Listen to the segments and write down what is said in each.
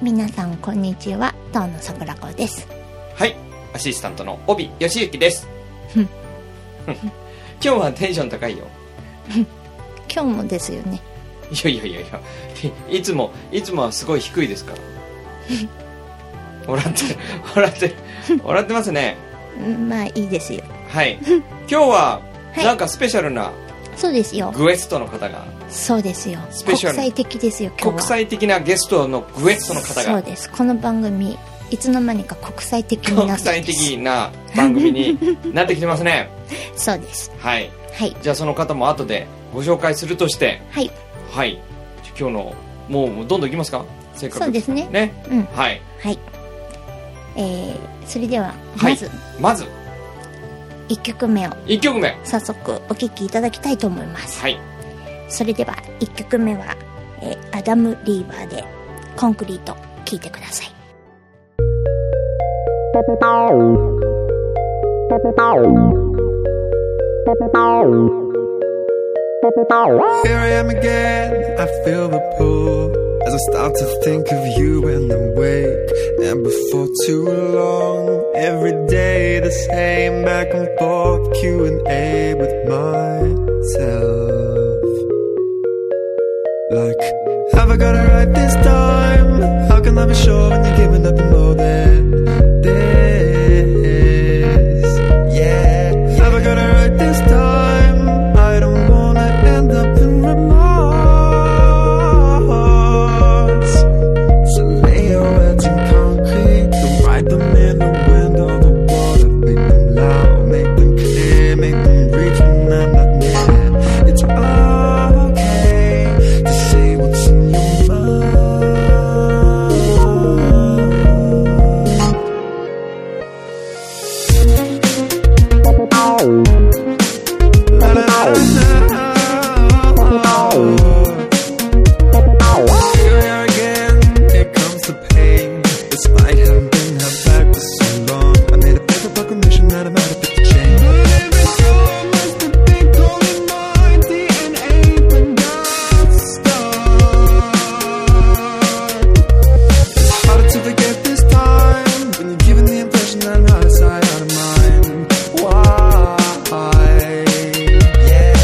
こんにちは東野桜子ですはいアシスタントの帯義行です今日はテンション高いよ今日もですよねいやいやいやいやいつもいつもはすごい低いですから笑ってる笑ってる笑ってますねうんまあいいですよはい今日ははいなんかスペシャルなそうですよグエストの方がそうですよスペ国シャル際的ですよ今日は国際的なゲストのグエストの方そうがですこの番組いつの間にか国際的にな国って際ます的な番組になってきてますねそうですはいはいじゃあその方も後でご紹介するとしてはいはい今日のもうもうどんどんいきますかせっかくそうですねねうんはいはいえー、それでははいまずまず1曲目を1曲目早速お聴きいただきたいと思います、はいそれでは1曲目は、えーアダム・リーバーで「コンクリート」聴いてください Here I am again, I feel the pull As I start to think of you when I'm awake And before too long, every day the same Back and forth, Q&A with myself Like, have I got it right this time? How can I be sure when you're giving up more than this? Yeah, have I got it right this time? I don't wanna end up in remorse. So lay your words in concrete and write them in the wind or the water. Make them loud, make them clear, make them reach when I'm not near. It's okay to say what's in your mind. La la la la. Here we are again. Here comes the pain. Despite having been held back for so long, I made a paper proclamation that I'm out of the chain. But every soul must have been calling my DNA from the start. Harder to forget this time when you're giving the impression that I'm out of sight, out of mind. Why? Yeah.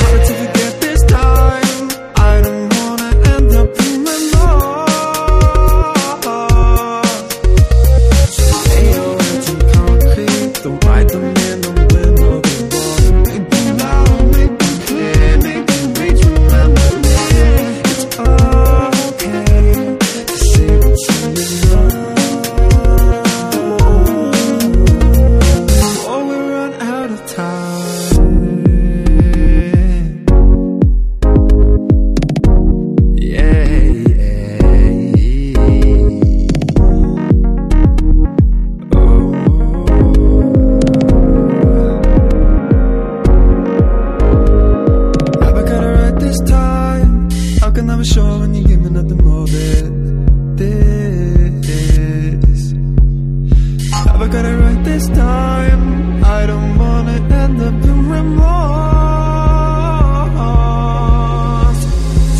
Harder to forget this time. I don't wanna end up in remorse. Oh, Yeah. Have I got it right this time? How can I be sure when you're giving up the moment? This. Have I got it right this time? I don't wanna end up in remorse.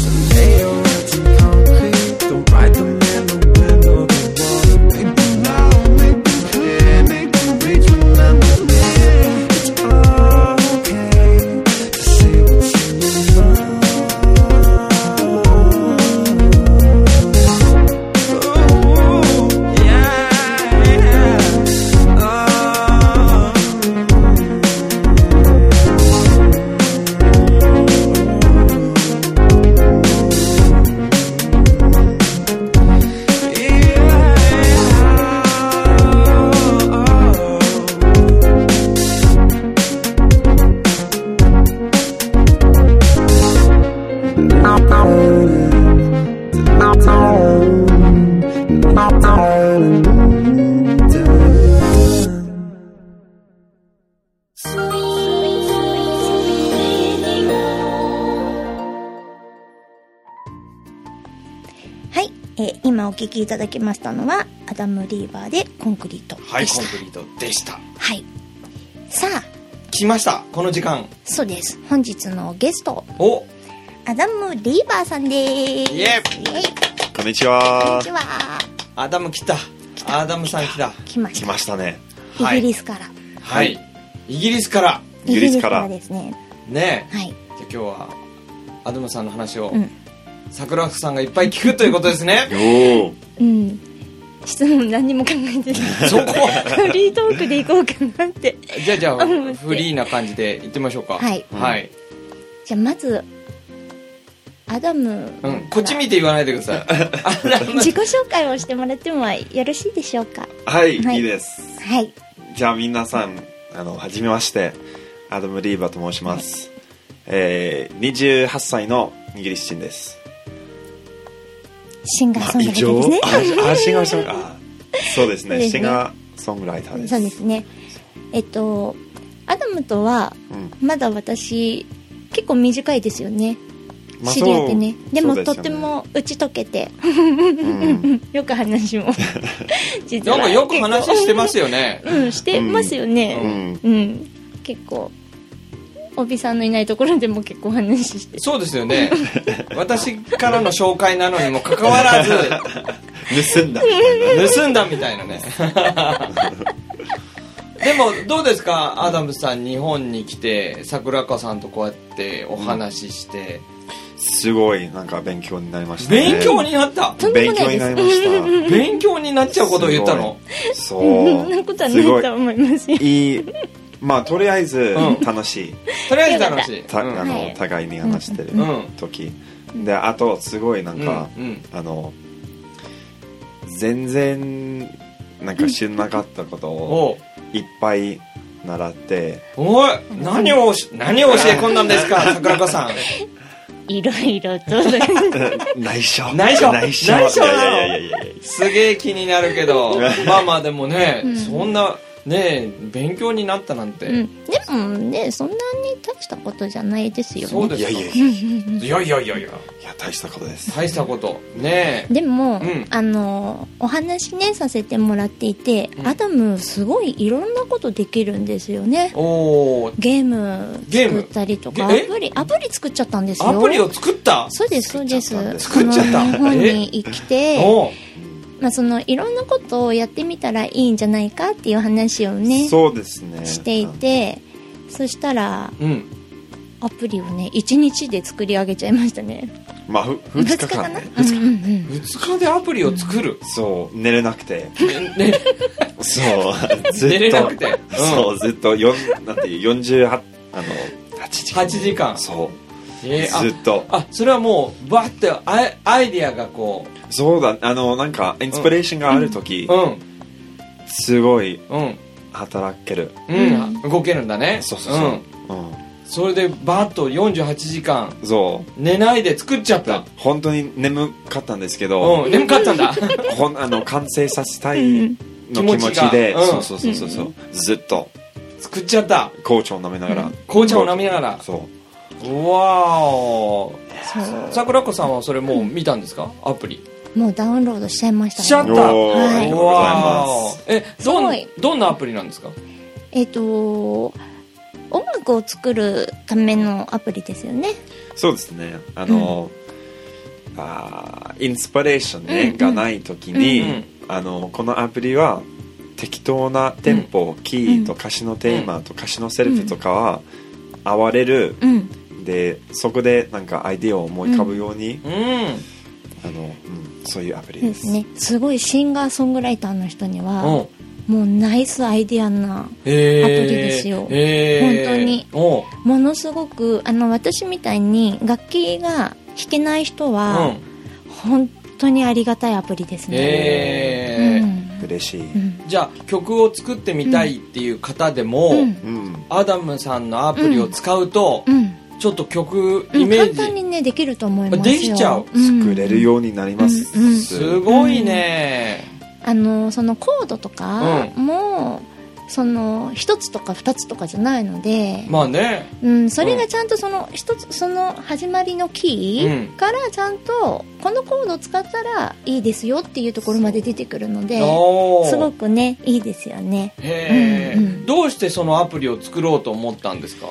So lay your words in concrete. Don't write them in the wind or the wall. Make them loud, make them clear, make them reach when I'm not near. It's okay to say what's in your mind. Oh, yeah. Oh. Yeah. はい、えー今お聴きいただきましたのはアダム・リーバーで「コンクリート」はいでしコたンプリートでしたはい、さあ来ましたこの時間そうです本日のゲストおアダム・リーバーさんですイイエエイこんにちこんはにち。はアダム来たアダムさん来た来まし来たましたねはいイギリスからはい、イギリスからイギリスからイギですねねえはいじゃあ今日はアダムさんの話を、うん桜福さんがいっぱい聞くということで すねおおうん質問何にも考えてないそこは フリートークでいこうかなってじゃあじゃあうんフリーな感じで行ってみましょうかはいはい、じゃあまずアダム、うん、こっち見て言わないでくださいアダム 自己紹介をしてもらってもよろしいでしょうかはい、はいいいですはいじゃあ皆さんあのはじめましてアダム・リーバーと申します、えー、28歳のイギリス人ですシンガーソングライターですね、まあ以上ああシンガーソ ングあそうですそうねですねシンガーソングライターですそうですねえっとアダムとはうんまだ私結構短いですよね、まあ知り合ってねそうでもそうとすよっねても打ち解けて うんよく話も実なはんかよく話してますよね結構うんしてますようねんうん、結構おびさんのいないところでも結構話してそうですよね私からの紹介なのにもかかわらず盗んだみたいな盗んだみたいなね でもどうですかアダムさん日本に来て桜川さんとこうやってお話しして、すごいなんか勉強になりましたね勉強になったとんでも勉ない強でにすなりま し勉強になっちゃうことを言ったのたそそんなことはうないすごいと思います よいいまあとりあえずうん楽しい、とりあえず楽しいたあはのい互いに話してるうんうん時、であとすごいなんか、うんうんあの全然なんか知らなかったことをおういっぱい習っておい何をし何を教え込んだんですか桜川さんいろいろと内緒内緒内緒内緒いなのやいやいやいやいやすげえ気になるけ どまあまあでもね、うんそんなね勉強になったなんて、うんでもねそんなに大したことじゃないですよねそうですいやかいやいやいいやいやいやいやや大したことです大したことねえでも、うんあのお話ねさせてもらっていて、うんアダムすごいいろんなことできるんですよねおおゲームゲーム作ったりとかアえプリアプリ作っちゃったんですよアプリを作ったそうですそうです作っちゃったあのん日だ本に生きて、おうまあ、そのいろんなことをやってみたらいいんじゃないかっていう話をねそうですねしていてそしたらうんアプリをね1日で作り上げちゃいましたねまあふ2日間ね2日かな、うんうんうん2日でアプリを 作る、そう寝れなくてね、そうずっと寝れなくてうんそうずっとよんなんていう48あの8時間8時間そうえーずっとああそれはもうバッてアイアイディアがこそうだあのなんかインスピレーションがある時、ううんすごいうん働けるうん、動けるんだね、そうそうそうんうんそれでバッと48時間そう寝ないで作っちゃった本当に眠かったんですけど、うん眠かったんだ ほんあの完成させたいのうん気持ちで、気持ちがうんそうそうそうそう、ずっと作っちゃった紅茶を飲みながら、紅茶を飲みながらそうわおそう桜子さんはそれもう見たんですかアプリもうダウンロードしちゃいましたねしちゃっうたおー、はありいがとうございわまおすえどすごんいどんなアプリなんですかえっと音楽を作るためのアプリですよねそうですねあの、あーインスピレーション、ねうんうんがない時に、うんうんあのこのアプリは適当なテンポ、キーと歌詞のテーマと歌詞のセリフとかは合われる、うんでそこでなんかアイディアを思い浮かぶように、うんあのうん、そういうアプリでですすねすごいシンガーソングライターの人にはうんもうナイスアイディアなえー、アプリですよえー、本当におうものすごくあの私みたいに楽器が弾けない人うはん本当にありがたいアプリですね、えー嬉しい、うんううんんじゃあ曲を作ってみたいっていう方でも、うんアダムさんのアプリを使うと、うんちょっと曲うんイメー簡ジ、単にねできると思いますよできちゃう作れるようになります、うんうんすごいね、あのそのコードとかも、その一つとか二つとかじゃないので、まあねうん、それがちゃんとその一つその始まりのキうんーからちゃんとこのコードを使ったらいいですよっていうところまで出てくるので、おーすごくねいいですよね。へえ、うんうんどうしてそのアプリを作ろうと思ったんですか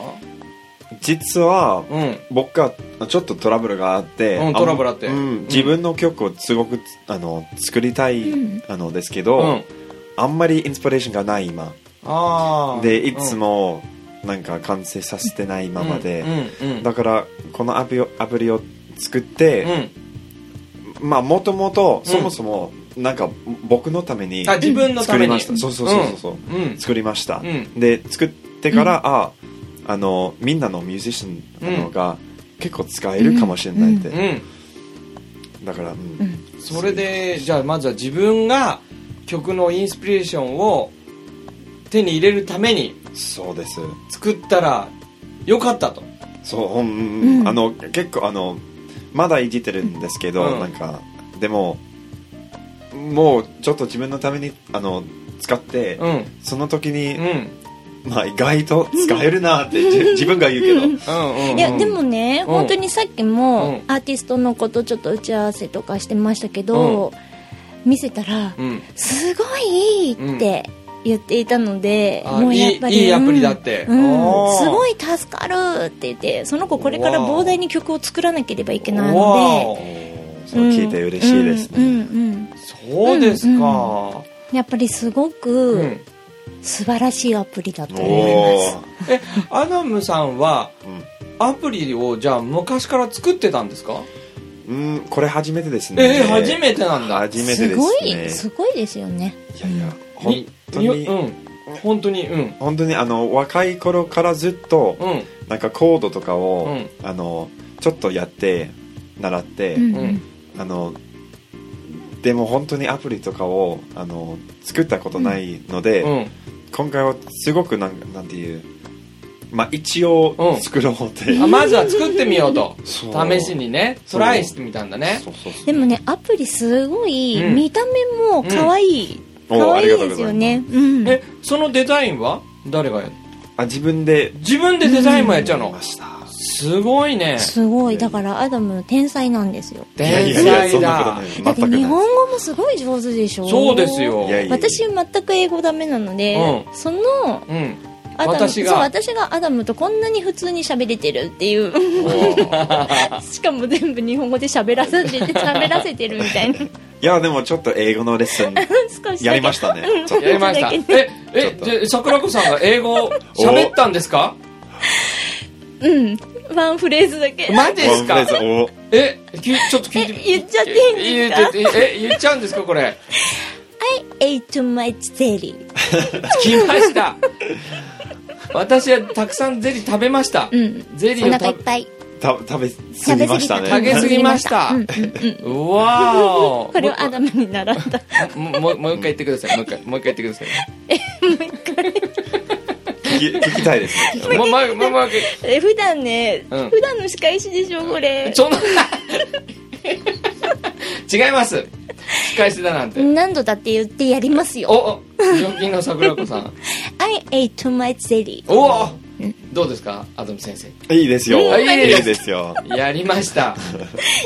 実は、うん僕はちょっとトラブルがあって、うんあトラブルあってうんうん自分の曲をすごくあの作りたい、うんあのですけうど、んあんまりインスピレーションがない今ああでいつもなんか完成させてないままで、うんうんだからこのアプリをアプリを作っうて、んまあもともとうんそもそもなんか僕のためにあ自分のた作めりにました、そうそうそうそうそう、うん作りました、うんで作ってから、ああのみんなのミュージシャンあうのんが結構使えるかもしれないって、うんだから、うんうんそれでじゃあまずは自分が曲のインスピレーションを手に入れるためにそうです作ったらよかったとそう、うんうんあの結構あのまだいじってるんですけど、うんなんかでももうちょっと自分のためにあの使って、うんうんその時うに、んまあ、意外と使えるなってじ自分が言うけど、うんうんいやでもね、うん本当にさっきも、うんアーティストの子とちょっと打ち合わせとかしてましたけど、見せたら、うんすごいいいって言っていたので、あもうやっぱりいいいいアプリだうんってうんおーすごい助かるって言ってその子これから膨大に曲を作らなければいけないわのおそで、ううん聞いて嬉しいですね、うんうんうんそうですうかやっぱりすごうくん素晴らしいアプリだと思いまおす、ーえアダムさんはうんアプリをじゃあ昔から作ってたんですかうん、これ初めてですね。えー初めてなんだ初めてですすごいね。すごいですよねいやいや、本に当に、うん本当にうん本当にあの、若い頃からずっと、うんなんかコードとかを、うあの、ちょっとやって、習って、うんううんんあの、でも本当にアプリとかを、あの、作ったことないので、うん今回はすごくなんか、なんていう、まあ一応うん作ろうって。あまずは作ってみようとそう試しにねトライしてみたんだねそうそうそうでもねアプリすごい、うん見た目も可愛い、おー可愛いありがとでうごすざよいますねうんえそのデザインは誰がやるあ、自分で、自分でデザインもやっちゃうのました。すごいねすごいだからアダム天才なんですよいやい天や才いやそんなことなだ いだって全くない日本語もすごい上手でしょそうですよいやいや私全く英語ダメなので、うそのうんアダム私がそう私がアダムとこんなに普通に喋れてるっていう しかも全部日本語で喋らせ て喋らせてるみたいな いやでもちょっと英語のレッスン少しだけやりましたねちょっとやり ましたちょっえちょえっとで桜子さんが英語喋ったんですかうんワンフレーズだけ マジですワンかフレーズおえきちょっと聞いてえ言っちゃっていいんですかえ言っちゃってえ言っちゃうんですかこ れ ate too much dairy 聞きました私はたくさんゼリー食べましたうんゼリおーを腹いっ食べぱいた食べ過ぎましたね食べ過ぎうんうん うんうわーこれをアダムに習ったもうもうもう一回言ってくださいもう一回もう一回言ってください聞き聞きたいですねもうもうもうもう一え普段ね、うん普段の仕返しでしょこれ回そんな違います仕返しだなんて何度だって言ってやりますよおお上金の桜子さん I ate too much dairy おおどうですかアダム先生いいですようんいいですよやりました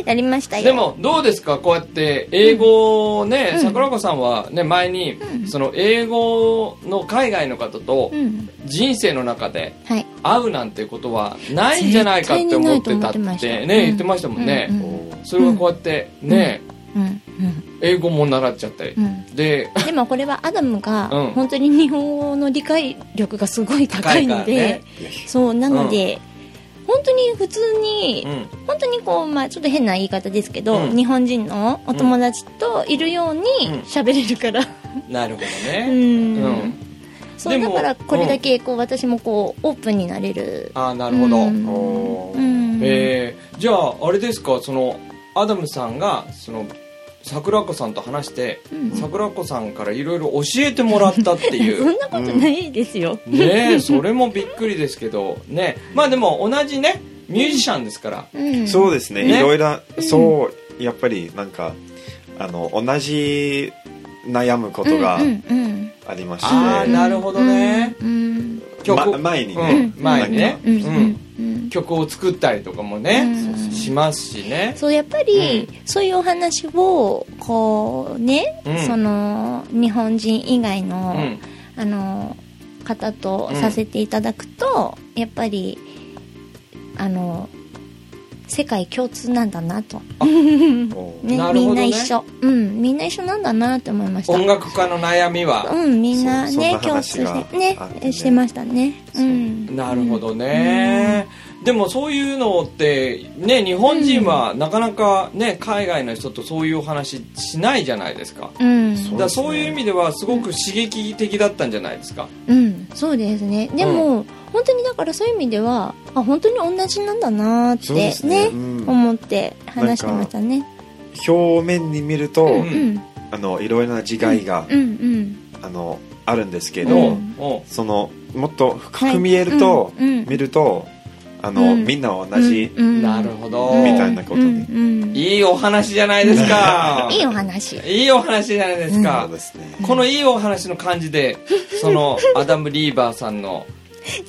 やりましたよでもどうですかこうやって英語をね、桜子さんはね前に、その英語の海外の方とうん人生の中ではい会うなんてことはないんじゃないかって思ってたっ絶対てにないと思ってましたねうん言ってましたもんね、うんおそれはこうやってね、うん英語も習っちゃったり、うんうんででもこれはアダムがうん本当に日本語の理解力がすごい高いので、高そうなので、本当に普通に、うん本当にこう、まあ、ちょっと変な言い方ですけど、うん日本人のお友達といるようにうん喋れるから、なるほど うね、んうんそうでだもからこれだけこう、私もこうオープンになれるああなるほど、うんおうんえーじゃああれですかそのアダムさんがその桜子さんと話して、うん桜子さんからいろいろ教えてもらったっていそんうなことないですよ、ねえそれもびっくりですけどねまあでも同じねミュージシャンですからうんそうですねねいろいろそうやっぱりなんかあの同じ悩むことがうんうんうんありましあーてなるほどねうんま前にねうん、前にね、うんうんうんうん曲を作ったりとかもね、うんしますしねそうやっぱり、そういうお話をこうね、うんその日本人以外の、うんあの方とさせていただくと、やっぱりあの世界共通なんだなと、おーねなるみほどんなね一緒うんみんな一緒なんだなって思いました音楽家の悩みは、うんみんなそうそんねな共通話がしてねあってねしてましたねうんなるほどね、でもそういうのってね日本人はなかなかね海外の人とそういうお話しないじゃないですかうんだからそういう意味ではすごく刺激的だったんじゃないですかうん、そうですねでも、本当にだからそういう意味ではあ本当に同じなんだなーってそうでねすねうん思って話してましたね表面に見ると、うんうんあのいろいろな自害が、うんうんあのあるんですけうど、んううんそのもっと深く見えると、はいうんうん見るとあの、うんみんなは同じ、うんうんなるほどうんみたいなことうにんうんいいいお話じゃ ないですかいお話いいお話じゃないですそかう、ですねこのいいお話の感じでそのアダム・リーバーさんの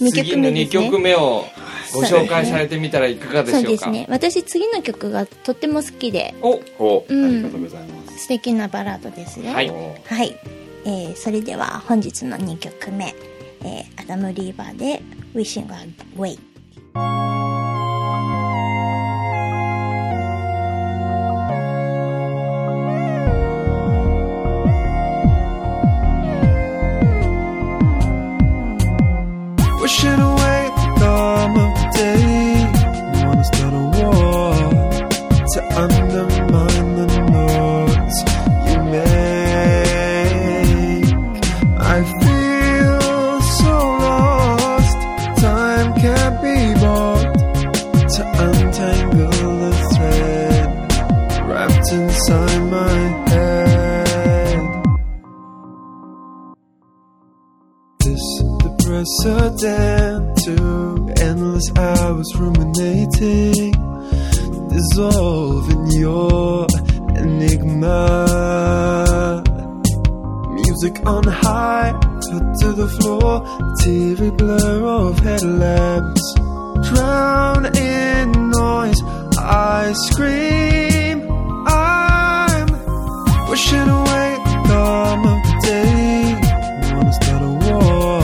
二曲次の目で2すね曲目をご紹介されてみたらいかがでそうしょでうすかね私次の曲がとっても好きでおお、うんありがとうございます素敵なバラードですよはいおはいえーそれでは本日の2曲目、えーアダム・リーバーで「Wishing Away」 Wishing away the dawn of day. Wanna start a war to undermine the notes you make. I feel so lost. Time can't be bought to untangle the thread wrapped inside my head. This the precedent to endless hours ruminating, dissolving your enigma. Music on high, foot to the floor, teary blur of headlamps. Drown in noise, I scream. I'm Wishing away the dawn of day. Wanna start a war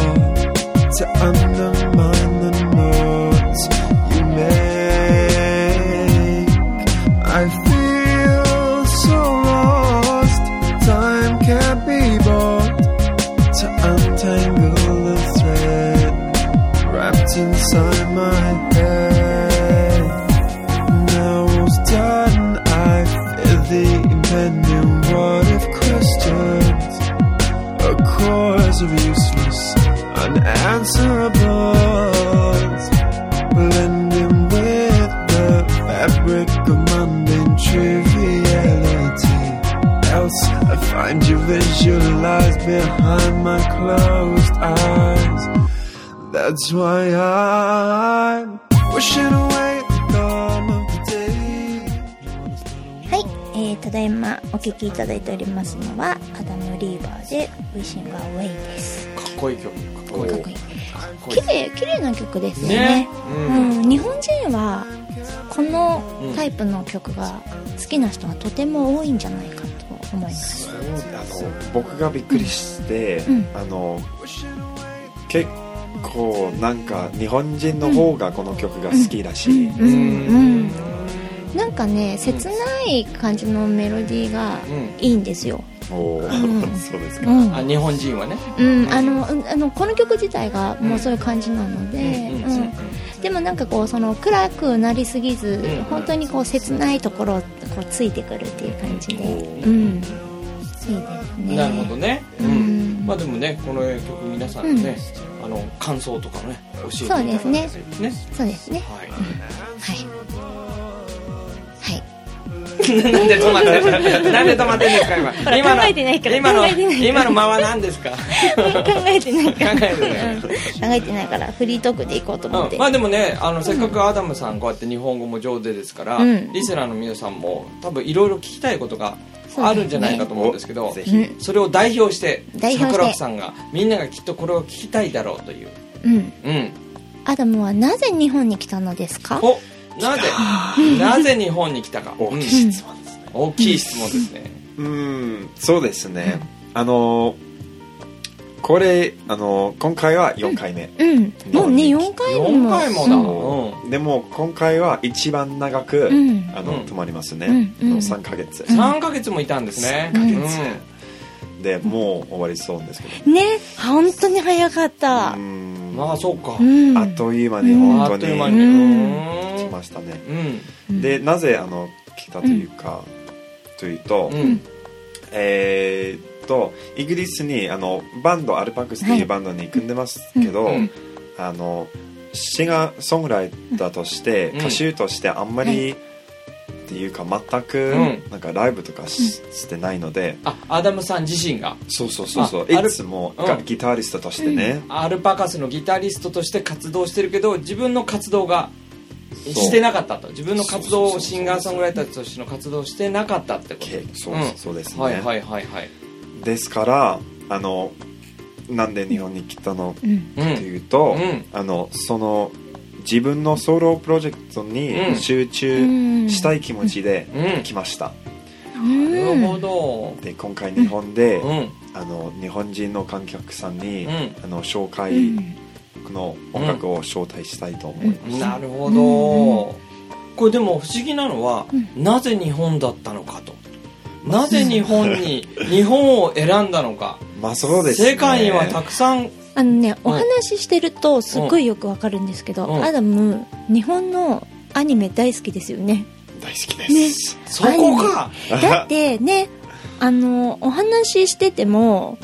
to undermine the notes you make. I feel so lost. Time can't be bought to untangle the thread wrapped inside my head. Now it's done. I fear the impending what if questions. A chorus of useless, unanswerables. Blending with the fabric of mundane triviality. Else, I find you visualized behind my closed eyes. That's why I'm wishing away the dawn of the day. はい、えー、ただいまお聴きいただいておりますのはアダム・リーバーで「Wishing Away」ですかっこいい曲かっこいいかっこいいかっこい綺麗綺麗な曲ですいよねねうん、日本人はこのうんタイプの曲が好きな人はとても多いんじゃないかと思いますそうあの僕がびっくりして、うんあの結構なんか日本人の方がこの曲が好きだし、うんうんうんなんかね切ない感じのメロディーがうんいいんですよ、おーうんそうですうか、んあ日本人はねうん、あのうんあのこの曲自体がもうそういう感じなので、うんうんでもなんかこうその暗くなりすぎず、ん本当にこう切ないところをこうついてくるっていう感じで、うん、いいですねなるほどねううんんまあでもねこの曲皆さんねあの感想とかね教えていただきたいですねそうですね はいはいはいなんで止まってるなんで止まってるんですか今ら今の考えてないから今の考えてないから今の間は何ですか考 考えてないえからてない考えてないからフリートークでいこうと思っうて、ん、まあでもねあのせっかくアダムさんこうやって日本語も上手ですから、うんリスナーの皆さんも多分いろいろ聞きたいことがあるんじゃないかと思うんですけどおぜそ,、ひ、うんれを代表して代表して桜子さんがみんながきっとこれを聞きたいだろうという、うん、うん、アダムはなぜ日本に来たのですかおなぜなぜ日本に来た か大きいうん質問ですね大きい質問ですね、うんそうですね、あのこれあの今回は4回目、うんもうね4回に4も回もだもん、でも今回は一番長く、うんあうんの泊まりますね、うんあのうん3ヶ月、 3ヶ月もいたんですね三ヶ月、でもう終わりそうですけどうんね本当に早かったううんんまあそっか、うんあっという間にうんあ本っと当いう間ににうん来うんましたね、うんでなぜあの来たというか、というと、うんえーっとイギリスにあのバンドアルパクスとはいいうバンドに組んでますけど、うんあのシンガーソングライターとして、うん歌手としてあんまり、っていうか全く、うんなんかライブとかし,、してないのであアダムさん自身がそうそうそうそうああいるつも、うんがギタリストとしてね、アルパカスのギタリストとして活動してるけど自分の活動がそうしてなかったと自分の活動そうそうそうそをうシンガーソングライターとしての活動をしてなかったってことけそううんそうですね、はいはいはいはいですからあのなんで日本に来たのうんうんっていうと、うんあのその自分のソロプロジェクトうんに集う中んしたい気持ちでうん来ました、うんなるほどで今回日本で、うんあの日本人の観客さんに、うんあの紹う介んの音楽を招待したいと思います、なるほど、これでも不思議なのは、うなぜ日本だったのかとなぜ日本 に日本を選んだのか、まあそうですね世界にはたくさんあのねお話ししてるとすっごいよくわかるんですけうんどアダム日本のアニメ大好きですよね大好きです、そこかだってねあのお話ししてても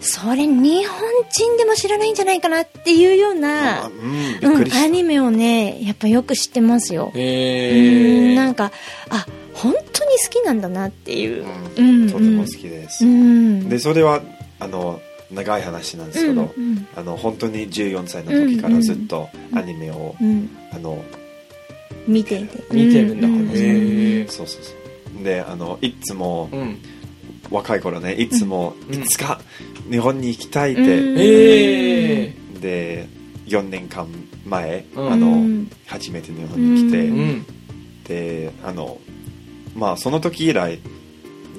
それ日本人でも知らないんじゃないかなっていうようあなう、ん、びっうくりん、した、アニメをねやっぱよく知ってますよ、うへんえなんかあ本当に好きなんだなっていうう、うんんとても好きです、うんでそれはあの長い話なんですけど、うんうんあの本当に14歳の時からずっとアニメを、うんあの見てて見てるんだ、うへえそうそうそうであのいつもうん若い頃ねいつもうんいつか日本に行きたいっうて、んへえで4年間前、うんあうのん初めて日本に来て、ううんであのまあその時以来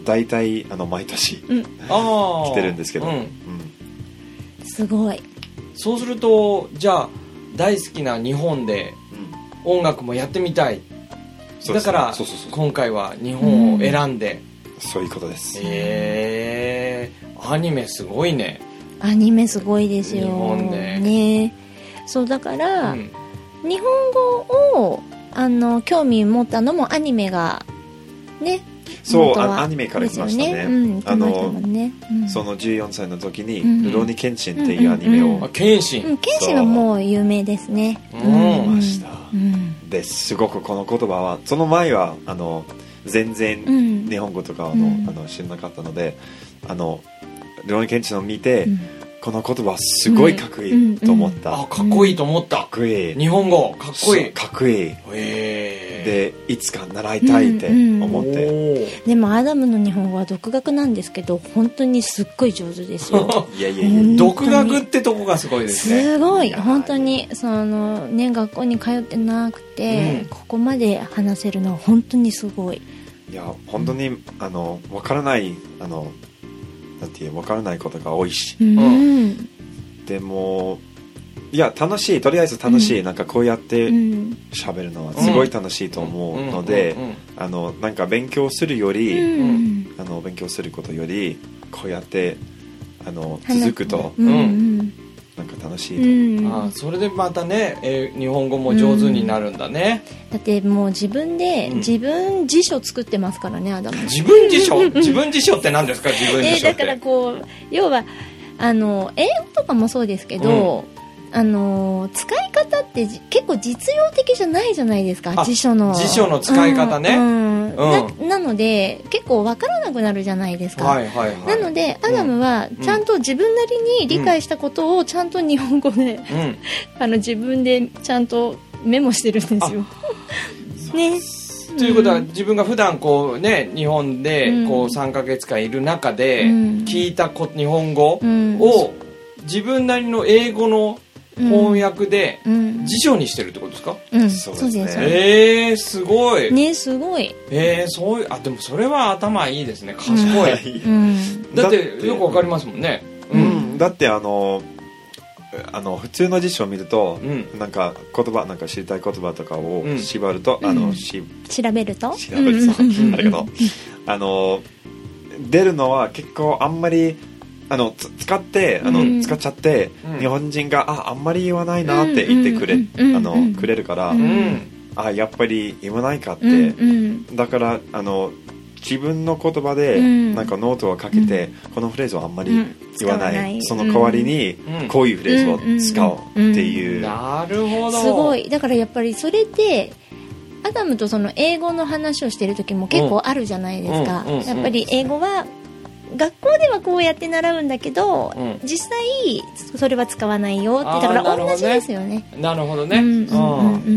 大体あの毎年、ああ来てるんですけどうんうんすごいそうするとじゃあ大好きな日本で音楽もやってみたいそうでだすからそうそうそう今回は日本を選んで、そういうことです、へえアニメすごいねアニメすごいですよ日本ねねそうだから、うん日本語をあの興味持ったのもアニメがねそう元はあアニメから来ましたねですようん、あ来のましたもんね、うん、その14歳の時にうん「ルローニケンシン」っていうアニメうんうんをあ剣うん心剣士はもう有名ですねうん見ました、うんですごくこの言葉はその前はあの全う然ん日本語とかの,、うんあの知らなかったのであのルローニケンシンを見て、うんこの言葉すごいかっこいいと思った、あかかっこいいと思ったっこいい日本語かっこいいそうかっこいいへえでいつか習いたいって思って、でもアダムの日本語は独学なんですけど本当にすっごい上手です よいやいやいや、うん独学ってとこがすごいですねすごいいやー本当にそのね学校に通ってなくて、うんここまで話せるのは本当にすごいいや本当にあのわからないあのなんていうわからないことが多いしうんでもいや楽しいとりあえず楽しい、なんかこうやってうん喋るのはすごい楽しいと思うので、うんうんうんあのなんか勉強するようり、んあの勉強することよりこうやってあの話続くとうんうんなんか楽しういと思う、んあーそれでまたね、えー日本語も上手になるんだね、だってもう自分で、うん自分辞書作ってますからねアダム自分辞書自分辞書って何ですか自分え辞ー書っだて、からこう要はあの英語とかもそうですけど、あの使い方ってじ結構実用的じゃないじゃないですあか辞書の辞書の使い方ねうんうんうななので結構わからなくなるじゃないですか、はいはいはいなのでアダムはちゃんと自分なりに理解したことをちゃんと日本語で、うん、あの自分でちゃんとメモしてるんですよ。 ね、ということは自分が普段こうね日本でうんこう3ヶ月間いる中でうん聞いたこ日本語うんを自分なりの英語の翻訳でうん辞書にしてるってことですか、うん、そうですそうねですよねえー、すごい、すごい、えー、そういうあでもそれは頭いいですね賢い、うん、だってよくわかりますもんね、うんだってあのあの普通の辞書を見ると、うなんか言葉なんか知りたい言葉とかをうん縛ると、あのし調べると調べると、うんうんうんありがとうあの出るのは結構あんまりあのつ使ってあの、うん使っちゃって、うん日本人がああんまり言わないなって言ってくれ、うんうんうんあうんのくれるから、うんうんあやっぱり言わないかって、うんうんだからあの自分の言葉でうんなんかノートをかけて、このフレーズはあんまりうん言わ使なわい,、ないその代わりにうんこういうフレーズを使おうっていう、なるほどすごいだからやっぱりそれでアダムとその英語の話をしてる時も結構あるじゃないですか、うんうんうんやっぱり英語は学校ではこうやって習うんだけど、うん実際それは使わないよってあーだからなる同ほどねじですよねなるほどねうううんんんうんうんう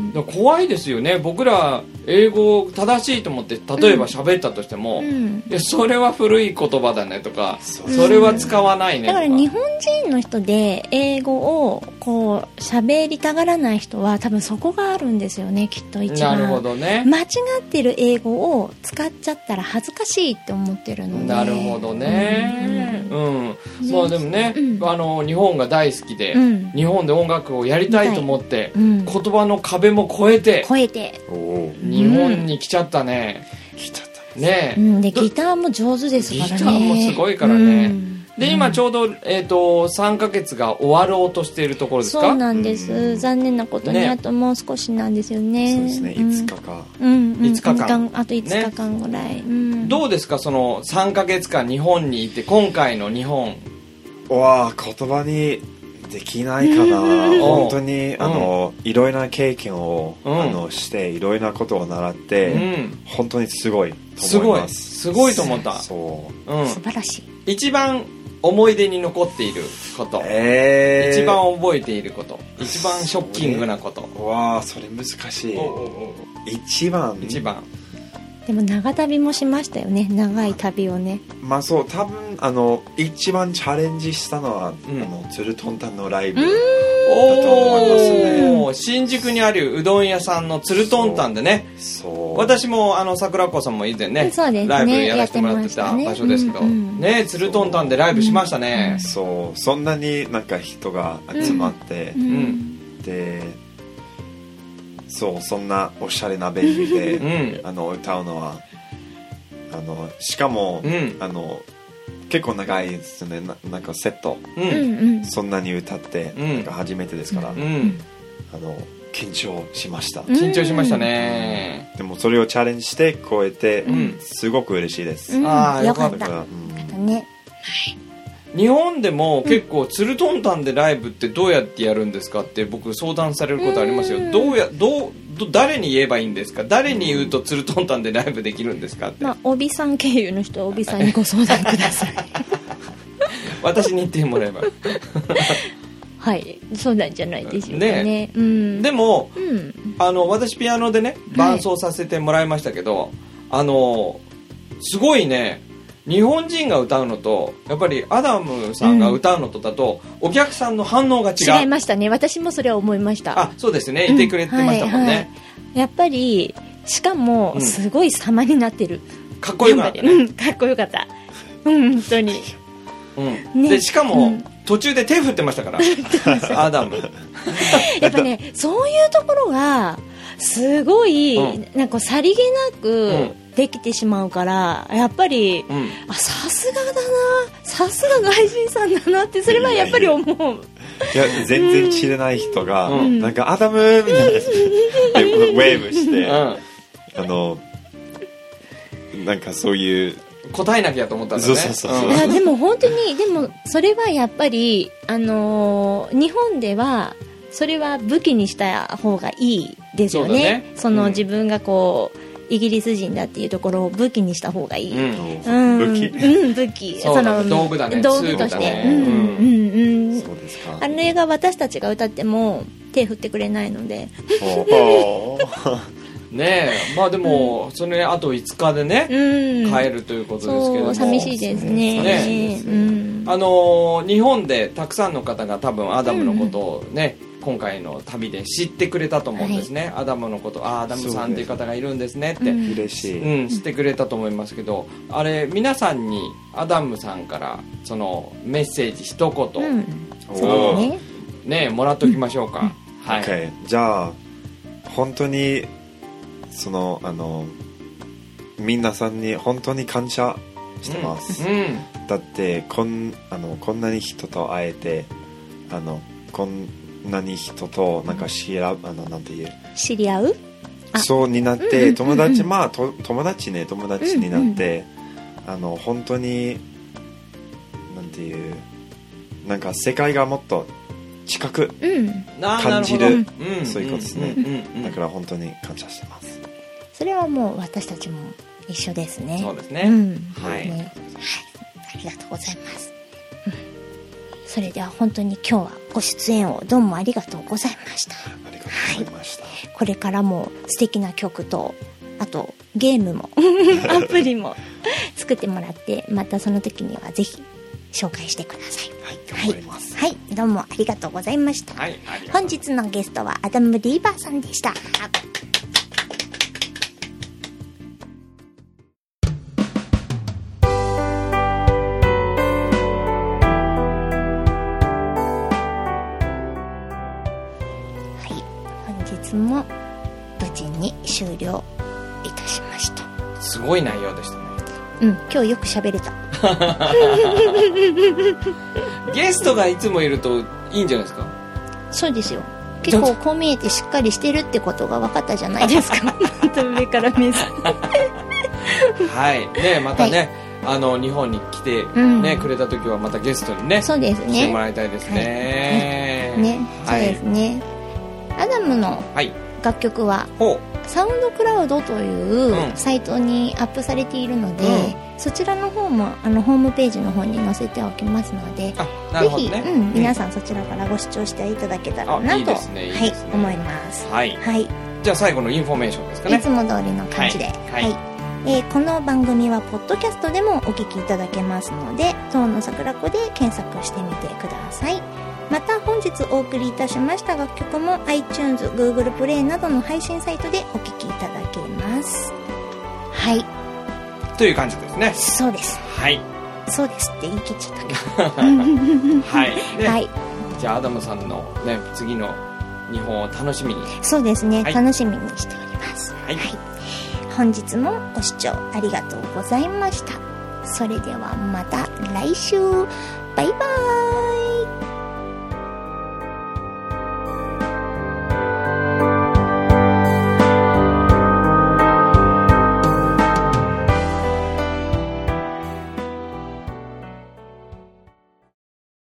んだから怖いですよね僕ら英語を正しいと思って例えば喋ったとしても、うんうんいやそれは古い言葉だねとかそうそれは使わないねだとかから日本人の人で英語をこう喋りたがらない人は多分そこがあるんですよねきっと一番なるほどね、間違ってる英語を使っちゃったら恥ずかしいって思ってるのでなるほどねううんん、まあでもね、うんあの日本が大好きで、うん日本で音楽をやりたいと思って、うん、うん言葉の壁も越えて超えて、おおー日本に来ちゃったね、来ちゃったねうえ、ん、でギターも上手ですからねギターもすごいからねうんで今ちょうど、えっと3ヶ月が終わろうとしているところですかそうなんです、うん残念なことに、ねあともう少しなんですよねそうですね5日か、うん、うんうん、 5日間あと5日間ぐらい、うん、どうですかその3ヶ月間日本にいて今回の日本うわあ言葉にできないかな本当にんあの、いろいろな経験を、うんあのしていろいろなことを習っうて、ん本当にすごいすと思いごまいすすごいと思ったそううん素晴らしい一番思い出に残っていること、えー、一番覚えていること一番ショッキングなことうわあそれ難しいおうおうおう一番一番でも長旅もしましたよね長い旅をねまあそう多分あの一番チャレンジしたのは、うんあのツルトンタンのライブ、おだと思いますねおー新宿にあるうどん屋さんのつるとんたんでねそう私もあの桜子さんも以前ねそうですねライブやらせてもらってやったてましたね場所ですけどうんうんねつるとんたんでライブしましたねそうそんなになんか人が集まって、うんでそうそんなおしゃれなベイビーうでんあの歌うのはあのしかも、うんあの結構長いですねななんかセットううんんうんそんなに歌って、うんなんか初めてですから、うんあの緊張しました、ん緊張しましたねでもそれをチャレンジして超えて、うんすごく嬉しいです、うんあーよかっだたから、ようんかったね日本でも結構つるとんたんでライブってどうやってやるんですかって僕相談されることありますうんよどうやどうど誰に言えばいいんですか誰に言うとつるとんたんでライブできるんですかってまあ帯さん経由の人は帯さんにご相談くださ い私に言ってもらえばはいそうなんじゃないでしょうかねねうんでもうんあの私ピアノでね伴奏させてもらいましたけど、あのすごいね日本人が歌うのとやっぱりアダムさんが歌うのとだと、お客さんの反応が違う違いましたね私もそれは思いましたあそうですねいてくれてましたもうはんね、いはいやっぱりしかもうんすごい様になってる、かっこよかったね、うんかっこよかったうん本当にうんねでしかも、うん途中で手振ってまし たからアダムやっぱねそういうところがすごい、うなんかさりげなうくできてしまうから、やっぱりうんあさすがだなさすが外人さんだなってそれはやっぱり思ういや全然知れない人が、うんなんか「アダム!」みたいなで ウェーブして、うんあのなんかそういう答えなきゃと思ったんだねそうそうそうそいやでも本当にでもそれはやっぱり、あのー日本ではそれは武器にした方がいいですよそうだねねその、うん自分がこうイギリス人だっていうところを武器にした方がいい、うんうん武器、うん、武器 そうだねの道具だね道具としツールだてねうんうんうんそうですかあれが私たちが歌っても手振ってくれないのでおーねえまあでも、それあと5日でね、うん帰るということですけれどそもう寂しいですねねうん寂しいですねあのー日本でたくさんの方が多分アダムのことをね、今回の旅で知ってくれたと思うんですね、アダムのことああアダムさんっていう方がいるんですねっそて、うです嬉しい、うん、してくれたと思いますけどあれ皆さんにアダムさんからそのメッセージ一言、うんおそうーねねもらっときましょうか、はい、 OK じゃあ本当にそのあのみんなさんに本当に感謝してます、うだってこんあのこんなに人と会えてあのこんなに人となんか知らあのなんて言知り合ううあそうになうっんうんうんうてん友達まあと友達ね友達になってあの本当になんていうなんか世界がもっと近くうんん、な感じるなほどんそういうことですねんうんうんだから本当に感謝してますそれはもう私たちも一緒ですねそうですうね、んはいねありがとうございます、うんそれでは本当に今日はご出演をどうもありがとうございましたありがとうございました、これからも素敵な曲とあとゲー ムもアプリも作ってもらってまたその時にはぜひ紹介してくださいはい、頑張ります、はい、はい、どうもありがとうございました、はいありがとう本日のゲストはアダム・リーバーさんでしたはい本日も無事に終了いたしましたすごい内容でしたねうん今日よく喋れたゲストがいつもいるといいんじゃないですかそうですよ結構こう見えてしっかりしてるってことが分かったじゃないです かまた上から目線はいねまたね、あの日本に来て、んねくれた時はまたゲストにねそうです来てねもらいたいですね、ね、そうはでいすね、アダムのはい楽曲はほサウンドクラウドといううんサイトにアップされているので、うそちらの方もあのホームページの方に載せておきますのでうあなるほどぜねひ、うん、皆さんそちらからご視聴していただけたらあなといいですねいいですはねい、思いますはいはいじゃあ最後のインフォメーションですかいねつも通りの感じで、ははいいはいえーこの番組はポッドキャストでもお聞きいただけますので「ゾウの桜子」で検索してみてくださいまた本日お送りいたしました楽曲も iTunes、Google プレイなどの配信サイトでお聞きいただけますはいという感じですねそうですはいそうですって言い切っちゃったけ はい、ねどはいじゃあアダムさんのね次の日本を楽しみにそうですね、はい楽しみにしておりますはい本日もご視聴ありがとうございましたそれではまた来週バイバーイ